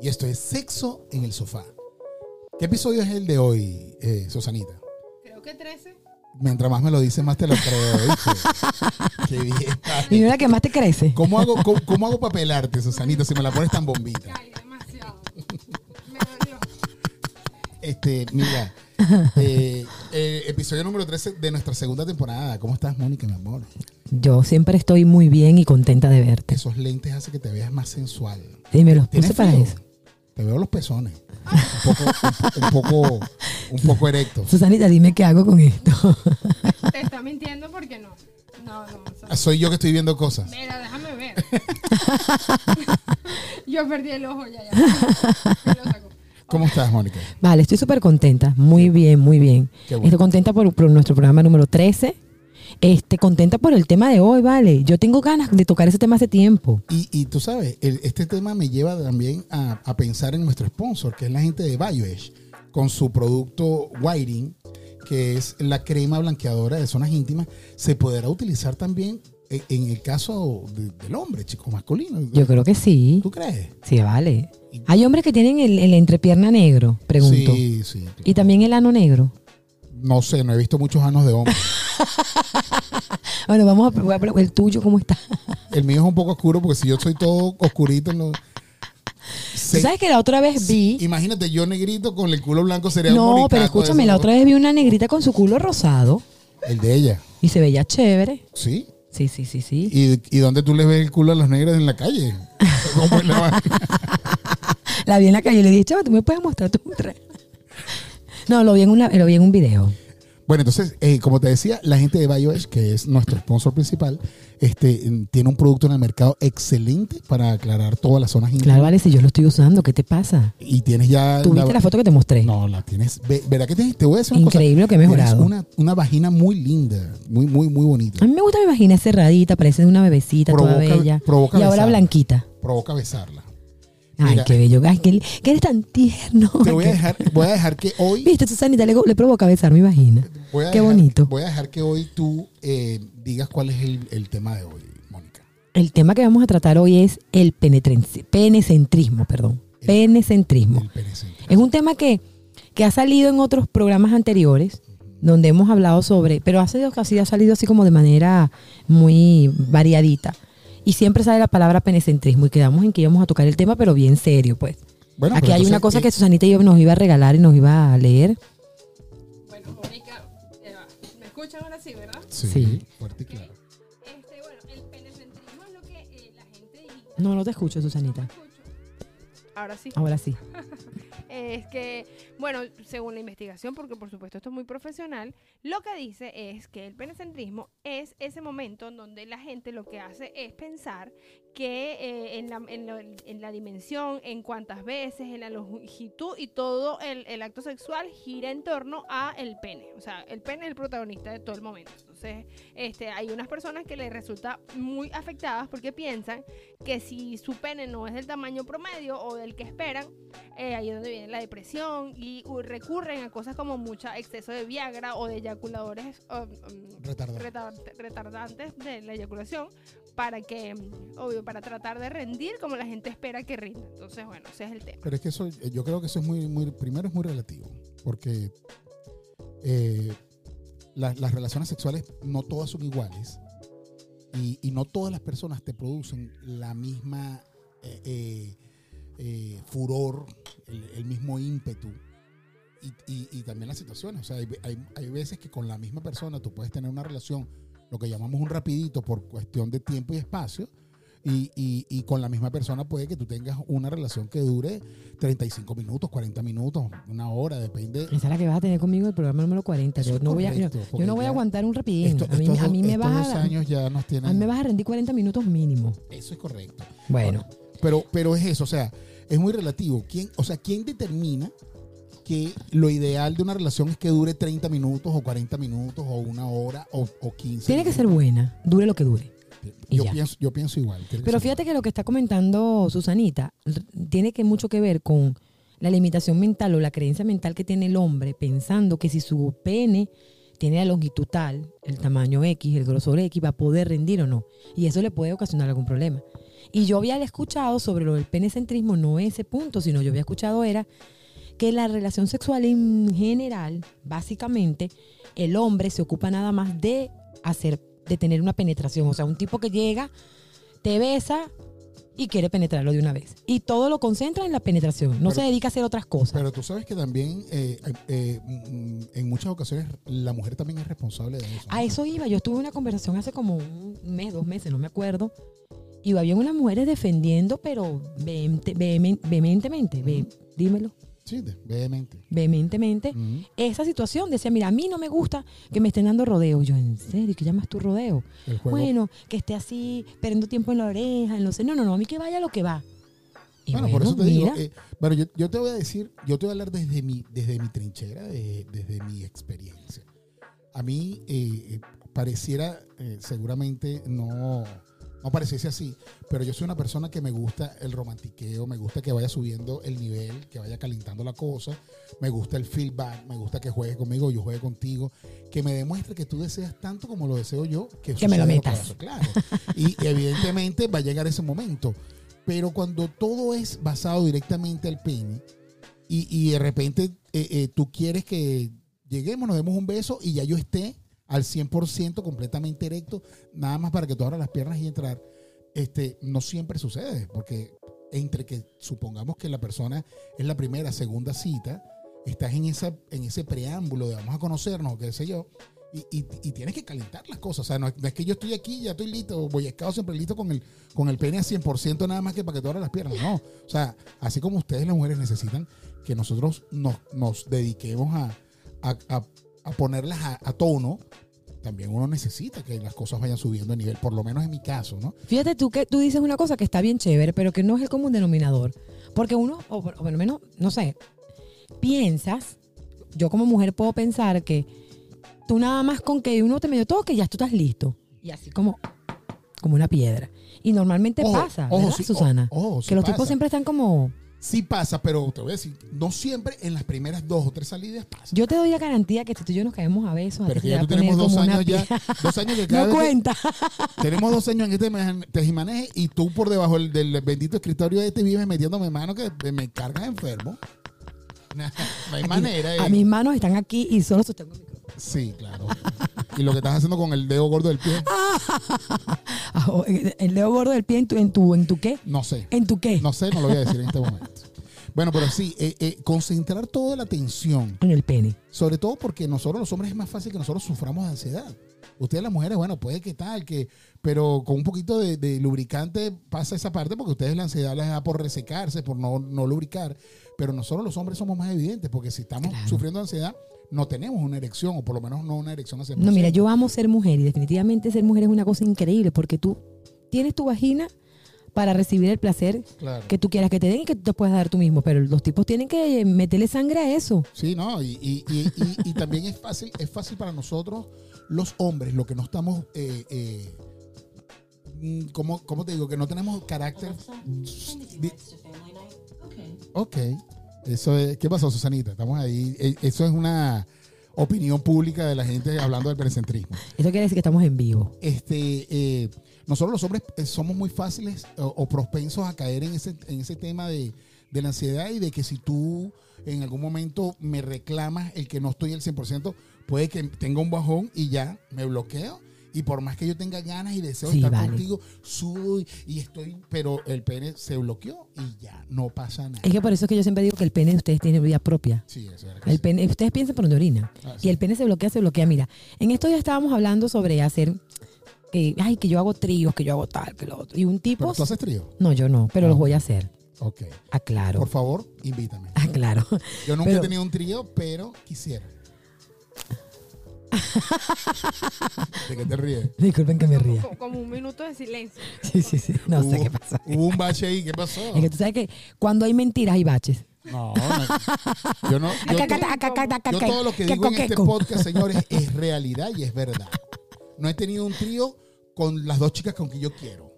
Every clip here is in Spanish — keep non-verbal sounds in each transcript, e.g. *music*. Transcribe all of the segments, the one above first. Y esto es Sexo en el Sofá. ¿Qué episodio es el de hoy, eh, Susanita? Creo que 13. Mientras más me lo dices, más te lo creo. *laughs* ¿viste? Qué bien. Y mira que más te crece. ¿Cómo hago, cómo, cómo hago para pelarte, Susanita, si me la pones tan bombita? Ay, demasiado. Me dolió. Este, mira, eh, eh, episodio número 13 de nuestra segunda temporada. ¿Cómo estás, Mónica, mi amor? Yo siempre estoy muy bien y contenta de verte. Esos lentes hacen que te veas más sensual. Y me los ¿Tienes puse para frío? eso. Te veo los pezones. Un poco, un, po- un poco, un poco erectos. Susanita, dime qué hago con esto. *laughs* Te está mintiendo porque no. No, no. o sea, Soy yo que estoy viendo cosas. Mira, déjame *laughs* ver. Yo perdí el ojo *laughs* ya, ya. Me lo sacó. ¿Cómo estás, Mónica? Vale, estoy súper contenta. Muy bien, muy bien. Qué bueno. Estoy contenta por, por nuestro programa número 13. Este, contenta por el tema de hoy, vale. Yo tengo ganas de tocar ese tema hace tiempo. Y, y tú sabes, el- este tema me lleva también a, a pensar en nuestro sponsor, que es la gente de BioEdge, con su producto Whiting, que es la crema blanqueadora de zonas íntimas, se podrá utilizar también en, en el caso de- del hombre, chico masculino. Yo creo que sí. ¿Tú crees? Sí, vale. Hay hombres que tienen el, el entrepierna negro, pregunto. Sí, sí. claro. Y también el ano negro. No sé, no he visto muchos anos de *laughs* hombre. Bueno, vamos a, voy a pre- el tuyo, ¿cómo está? El mío es un poco oscuro porque si yo soy todo oscurito, no. ¿Tú Se- sabes que la otra vez vi. Imagínate, yo negrito con el culo blanco sería un No, moricaco pero de escúchame, esos, la ¿no? otra vez vi una negrita con su culo rosado El de ella, y se veía chévere. sí. Sí, sí, sí, sí. ¿Y, y dónde tú le ves el culo a las negras en la calle? *laughs* ¿Cómo es la vaina? La vi en la calle y le dije, chaval, ¿tú me puedes mostrar tu tra-?" *laughs* No, lo vi en, una, lo vi en un video. bueno, entonces, eh, como te decía, la gente de BioEdge, que es nuestro sponsor principal, este, mm, tiene un producto en el mercado excelente para aclarar todas las zonas íntimas. Claro, vale, si yo lo estoy usando, ¿qué te pasa? Y tienes ya... ¿Tú viste la foto que te mostré? No, la tienes... ve- ¿Verdad que tienes? Te voy a decir una cosa. Increíble lo que he mejorado. Tienes Una, una vagina muy linda, muy, muy, muy bonita. A mí me gusta mi vagina cerradita, parece una bebecita Ah, toda Provoca- bella. provoca y ahora besar. blanquita. Provoca besarla. Ay, Mira. qué bello. Ay, que, que eres tan tierno. Te voy a Ay, dejar, voy a dejar que qué- hoy... *laughs* Viste, Susanita, le, le provoca besar mi vagina. Voy a Qué dejar- bonito. Voy a dejar que hoy tú eh, digas cuál es el, el tema de hoy, Mónica. El tema que vamos a tratar hoy es el penetrenci- penecentrismo, perdón. Penecentrismo. El penecentrismo. Es un tema que, que ha salido en otros programas anteriores, donde hemos hablado sobre, pero ha sido casi ha salido así como de manera muy variadita. Y siempre sale la palabra penecentrismo y quedamos en que íbamos a tocar el tema, pero bien serio, pues. Bueno, Aquí pero hay una entonces, cosa eh, que Susanita y yo nos iba a regalar y nos iba a leer. Bueno, Mónica, ya va. ¿me escuchan ahora sí, verdad? Sí, Sí. fuerte y claro. Este, bueno, el penecentrismo es lo que eh, la gente digna. No, no te escucho, No me Susanita. escucho. Ahora sí. Ahora sí. es que, bueno, según la investigación, porque por supuesto esto es muy profesional, lo que dice es que el penecentrismo es ese momento en donde la gente lo que hace es pensar que eh, en, la, en lo- en la dimensión, en cuántas veces, en la longitud y todo el, el acto sexual gira en torno a el pene. O sea, el pene es el protagonista de todo el momento. Entonces, este, hay unas personas que les resulta muy afectadas porque piensan que si su pene no es del tamaño promedio o del que esperan, eh, ahí es donde viene la depresión y uh, recurren a cosas como mucho exceso de Viagra o de eyaculadores um, um, Retardado. retar- retardantes de la eyaculación para que, mm, obvio, para tratar de rendir como la gente espera que rinda. Entonces, bueno, ese es el tema. Pero es que eso, yo creo que eso es muy, muy primero es muy relativo, porque eh, las, las relaciones sexuales no todas son iguales y, y no todas las personas te producen la misma eh, eh, eh, furor, el, el mismo ímpetu. Y, y- y también las situaciones, o sea, hay, ve- hay- hay veces que con la misma persona tú puedes tener una relación, lo que llamamos un rapidito por cuestión de tiempo y espacio, y, y- y con la misma persona puede que tú tengas una relación que dure 35 minutos, 40 minutos, una hora, depende. Esa es la que vas a tener conmigo el programa número 40. Yo Eso es no, voy a, yo, correcto, yo porque no voy a ya aguantar un rapidín. Esto- a mí, estos a dos- mí me estos vas dos a, años ya nos tienen. a mí me vas a rendir 40 minutos mínimo. Eso es correcto. Bueno. Pero, pero es eso, o sea, es muy relativo. ¿Quién, o sea, ¿quién determina que lo ideal de una relación es que dure 30 minutos o 40 minutos o una hora o, o 15? Tiene que ser buena, dure lo que dure. minutos? y Yo ya. pienso, yo pienso igual. tiene que Pero ser fíjate que lo que está comentando Susanita r- tiene que mucho que ver con la limitación mental o la creencia mental que tiene el hombre pensando que si su pene tiene la longitud tal, el tamaño X, el grosor X, va a poder rendir o no. Y eso le puede ocasionar algún problema. Y yo había escuchado sobre lo del penecentrismo, no ese punto, sino yo había escuchado era que la relación sexual en general, básicamente, el hombre se ocupa nada más de hacer, de tener una penetración. O sea, un tipo que llega, te besa y quiere penetrarlo de una vez. Y todo lo concentra en la penetración. No Pero- se dedica a hacer otras cosas. Pero tú sabes que también eh, eh, mm, en muchas ocasiones la mujer también es responsable de eso. ¿no? A eso iba. Yo tuve una conversación hace como un mes, dos meses, no me acuerdo. Y había unas mujeres defendiendo, pero vehemente- vehemen- vehementemente, ve- dímelo, Sí, de- vehemente. vehementemente, Ujú. esa situación. Decía, mira, a mí no me gusta que me estén dando rodeo. Yo, ¿en serio? ¿Qué llamas tú rodeo? El juego. Bueno, Bueno, que esté así, perdiendo tiempo en la oreja, en los... No, no, no, a mí que vaya lo que va. Y por bueno, eso te mira, digo. eh, bueno, yo, yo te voy a decir, yo te voy a hablar desde mi, desde mi trinchera, de- desde mi experiencia. A mí eh, eh, pareciera, eh, seguramente no, no pareciese así, pero yo soy una persona que me gusta el romantiqueo, me gusta que vaya subiendo el nivel, que vaya calentando la cosa, me gusta el feedback, me gusta que juegues conmigo, yo juegue contigo, que me demuestre que tú deseas tanto como lo deseo yo, que, Que me lo suceda metas. que pasa, Claro. Y evidentemente va a llegar ese momento. Pero cuando todo es basado directamente al pene y, y de repente eh, eh, tú quieres que lleguemos, nos demos un beso y ya yo esté al 100% completamente erecto, nada más para que tú abras las piernas y entrar, este, no siempre sucede, porque entre que supongamos que la persona es la primera, segunda cita, estás en, esa, en ese preámbulo de vamos a conocernos, qué sé yo, y, y- y tienes que calentar las cosas. O sea, no, es- no es que yo estoy aquí, ya estoy listo, voy escado siempre listo con el, con el pene a 100% nada más que para que tú abras las piernas. No, o sea, así como ustedes las mujeres necesitan que nosotros nos, nos dediquemos a, a- a- a ponerlas a, a tono, también uno necesita que las cosas vayan subiendo de nivel, por lo menos en mi caso, ¿no? Fíjate tú que tú dices una cosa que está bien chévere, pero que no es el común denominador. Porque uno, o por, o por lo menos, no sé, piensas, yo como mujer puedo pensar que tú nada más con que uno te medio toque, ya tú estás listo. Y así como, como una piedra. Y normalmente Ojo, pasa, ojo, ¿verdad, sí, Susana? ojo, ojo, sí que los pasa. tipos siempre están como, Sí pasa, pero te voy a decir, no siempre en las primeras dos o tres salidas pasa. yo te doy la garantía que si tú y yo nos caemos a besos, a pero que ti te ya va tú a poner tenemos dos como una años ya, piedra. *laughs* dos años que *laughs* cada No vez que- *laughs* cuenta. Tenemos dos años en este teji- tejimaneje y tú por debajo del, del bendito escritorio de este vives metiéndome mano que me cargas enfermo. *laughs* Nah, No hay manera. eh. A mis manos están aquí y solo sostengo el micrófono. Sí, claro. Y lo que estás haciendo con el dedo gordo del pie, Ah, o- El dedo gordo del pie en tu, en tu, en tu qué? no sé. ¿En tu qué? No sé, no lo voy a decir en este momento. Bueno, pero sí, eh, eh, concentrar toda la atención, En el pene. sobre todo porque nosotros los hombres es más fácil que nosotros suframos de ansiedad. Ustedes las mujeres, bueno, puede que tal, que, pero con un poquito de, de lubricante pasa esa parte porque ustedes la ansiedad les da por resecarse, por no, no lubricar. Pero nosotros los hombres somos más evidentes porque si estamos Claro. sufriendo de ansiedad, no tenemos una erección o por lo menos no una erección hace No, mira, yo amo ser mujer y definitivamente ser mujer es una cosa increíble porque tú tienes tu vagina para recibir el placer Claro. que tú quieras que te den y que tú te puedas dar tú mismo, pero los tipos tienen que meterle sangre a eso. Sí, no, y, y- y- y- y también es fácil, es fácil para nosotros los hombres, lo que no estamos, eh, eh, mm, ¿cómo, cómo te digo? Que no tenemos carácter. Di- Ok, eso es, ¿qué pasó, Susanita? Estamos ahí, eh, eso es una opinión pública de la gente hablando del perecentrismo. Eso quiere decir que estamos en vivo. Este, eh, nosotros los hombres eh, somos muy fáciles o, o propensos a caer en ese, en ese tema de, de la ansiedad y de que si tú en algún momento me reclamas el que no estoy al 100%, puede que tenga un bajón y ya me bloqueo. Y por más que yo tenga ganas y deseo de Sí, estar vale. contigo, subo y- y estoy, pero el pene se bloqueó y ya, no pasa nada. Es que por eso es que yo siempre digo que el pene de ustedes tiene vida propia. Sí, eso es verdad que El sí. pene, ustedes piensan por donde orina. Ah, sí. Y el pene se bloquea, se bloquea. Mira, en esto ya estábamos hablando sobre hacer que, ay, que yo hago tríos, que yo hago tal, que lo otro. Y un tipo. ¿Pero tú haces trío? No, yo no, pero Ah. los voy a hacer. Ok. Aclaro. Por favor, invítame. Aclaro. Yo nunca Pero- he tenido un trío, pero *laughs* quisiera. ¿De qué te ríes? Disculpen que me Como- ría. co- como un minuto de silencio. Sí, sí, sí. No sé Hubo- qué pasa. Hubo un bache ahí, ¿qué pasó? Es que tú sabes que cuando hay mentiras hay baches. No, no. Yo no. Yo, Acá, acá, acá, acá, acá, acá, yo todo lo que digo en este queco. podcast, señores, es realidad y es verdad. No he tenido un trío con las dos chicas con que yo quiero.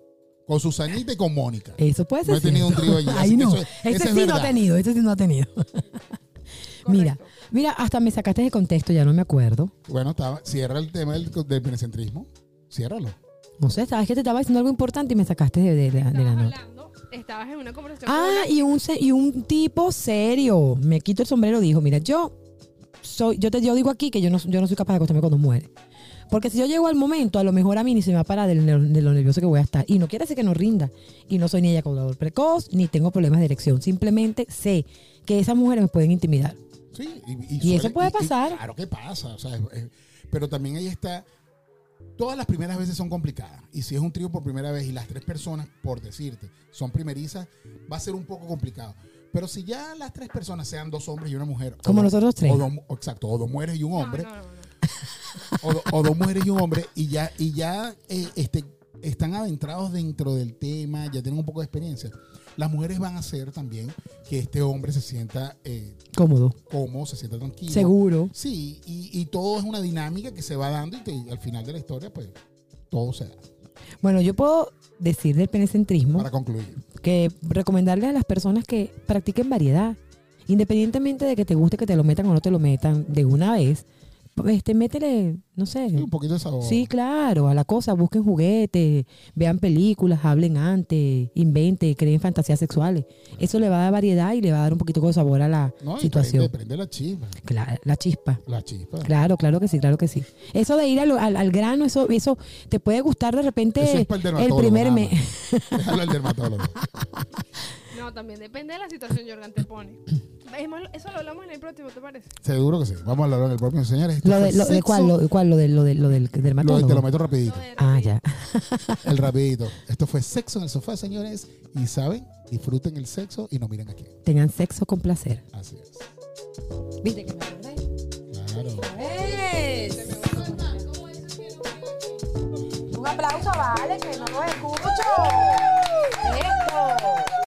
Con Susanita y con Mónica. Eso puede ser. No he tenido un cierto. trío allí, Ahí así que no. eso- eso Ese es sí no ha verdad. tenido, ese sí no ha tenido. *laughs* Mira, mira, hasta me sacaste de contexto, ya no me acuerdo. Bueno, estaba, cierra el tema del, del penecentrismo. Ciérralo. No sé, sabes que te estaba diciendo algo importante y me sacaste de, de la, de la Estabas nota. hablando, estabas en una conversación con Ah, una- y un, se- y un tipo serio. Me quito el sombrero dijo, mira, yo soy, yo te yo digo aquí que yo no, yo no soy capaz de acostarme con dos mujeres. Porque si yo llego al momento, a lo mejor a mí ni se me va a parar de, lo- de lo nervioso que voy a estar. Y no quiere decir que no rinda. Y no soy ni eyaculador precoz, ni tengo problemas de erección. Simplemente sé que esas mujeres me pueden intimidar. Sí, y, Y eso puede pasar. claro que pasa. o sea, es- es- pero también ahí está. Todas las primeras veces son complicadas. Y si es un trío por primera vez y las tres personas, por decirte, son primerizas, va a ser un poco complicado. Pero si ya las tres personas sean dos hombres y una mujer. o Como dos- nosotros tres. o dos mu- exacto, o dos mujeres y un No, hombre. no, no, no. O, do- o dos mujeres y un hombre. Y ya, y ya eh, este, están adentrados dentro del tema, ya tienen un poco de experiencia. Las mujeres van a hacer también que este hombre se sienta eh, Cómodo, cómodo, se sienta tranquilo. seguro. Sí, y, y todo es una dinámica que se va dando y que al final de la historia, pues, todo se da. Bueno, yo puedo decir del penecentrismo. Para concluir. que recomendarle a las personas que practiquen variedad. Independientemente de que te guste que te lo metan o no te lo metan de una vez, este, métele, no sé. Sí, un poquito de sabor. Sí, claro, a la cosa, busquen juguetes, vean películas, hablen antes, inventen, creen fantasías sexuales. Eso le va a dar variedad y le va a dar un poquito de sabor a la ¿no? Y situación. Prende, prende la chispa. Claro, la chispa. La chispa. Claro, claro que sí, claro que sí. Eso de ir a lo- al, al grano, eso, eso te puede gustar de repente Eso es para el el dermatólogo. primer mes. Déjalo al *laughs* dermatólogo. No, también depende de la situación, Jorgan, te *clears throat* pone. Vemos- Eso lo hablamos en el próximo, ¿te parece? Seguro que sí. Vamos a hablar en el propio señores. esto Lo de, fue lo, de sexo. cuál, lo, de cuál, lo, de, lo, de- lo del Lo de- dermatólogo. te lo meto rapidito. Lo de Ah, Rafi. ya. El rapidito. Esto fue sexo en el sofá, señores. Y saben, disfruten el sexo y no miren aquí. Tengan sexo con placer. Así es. ¿Viste que me acordé? Claro. pues. Un aplauso, vale, que no lo escucho.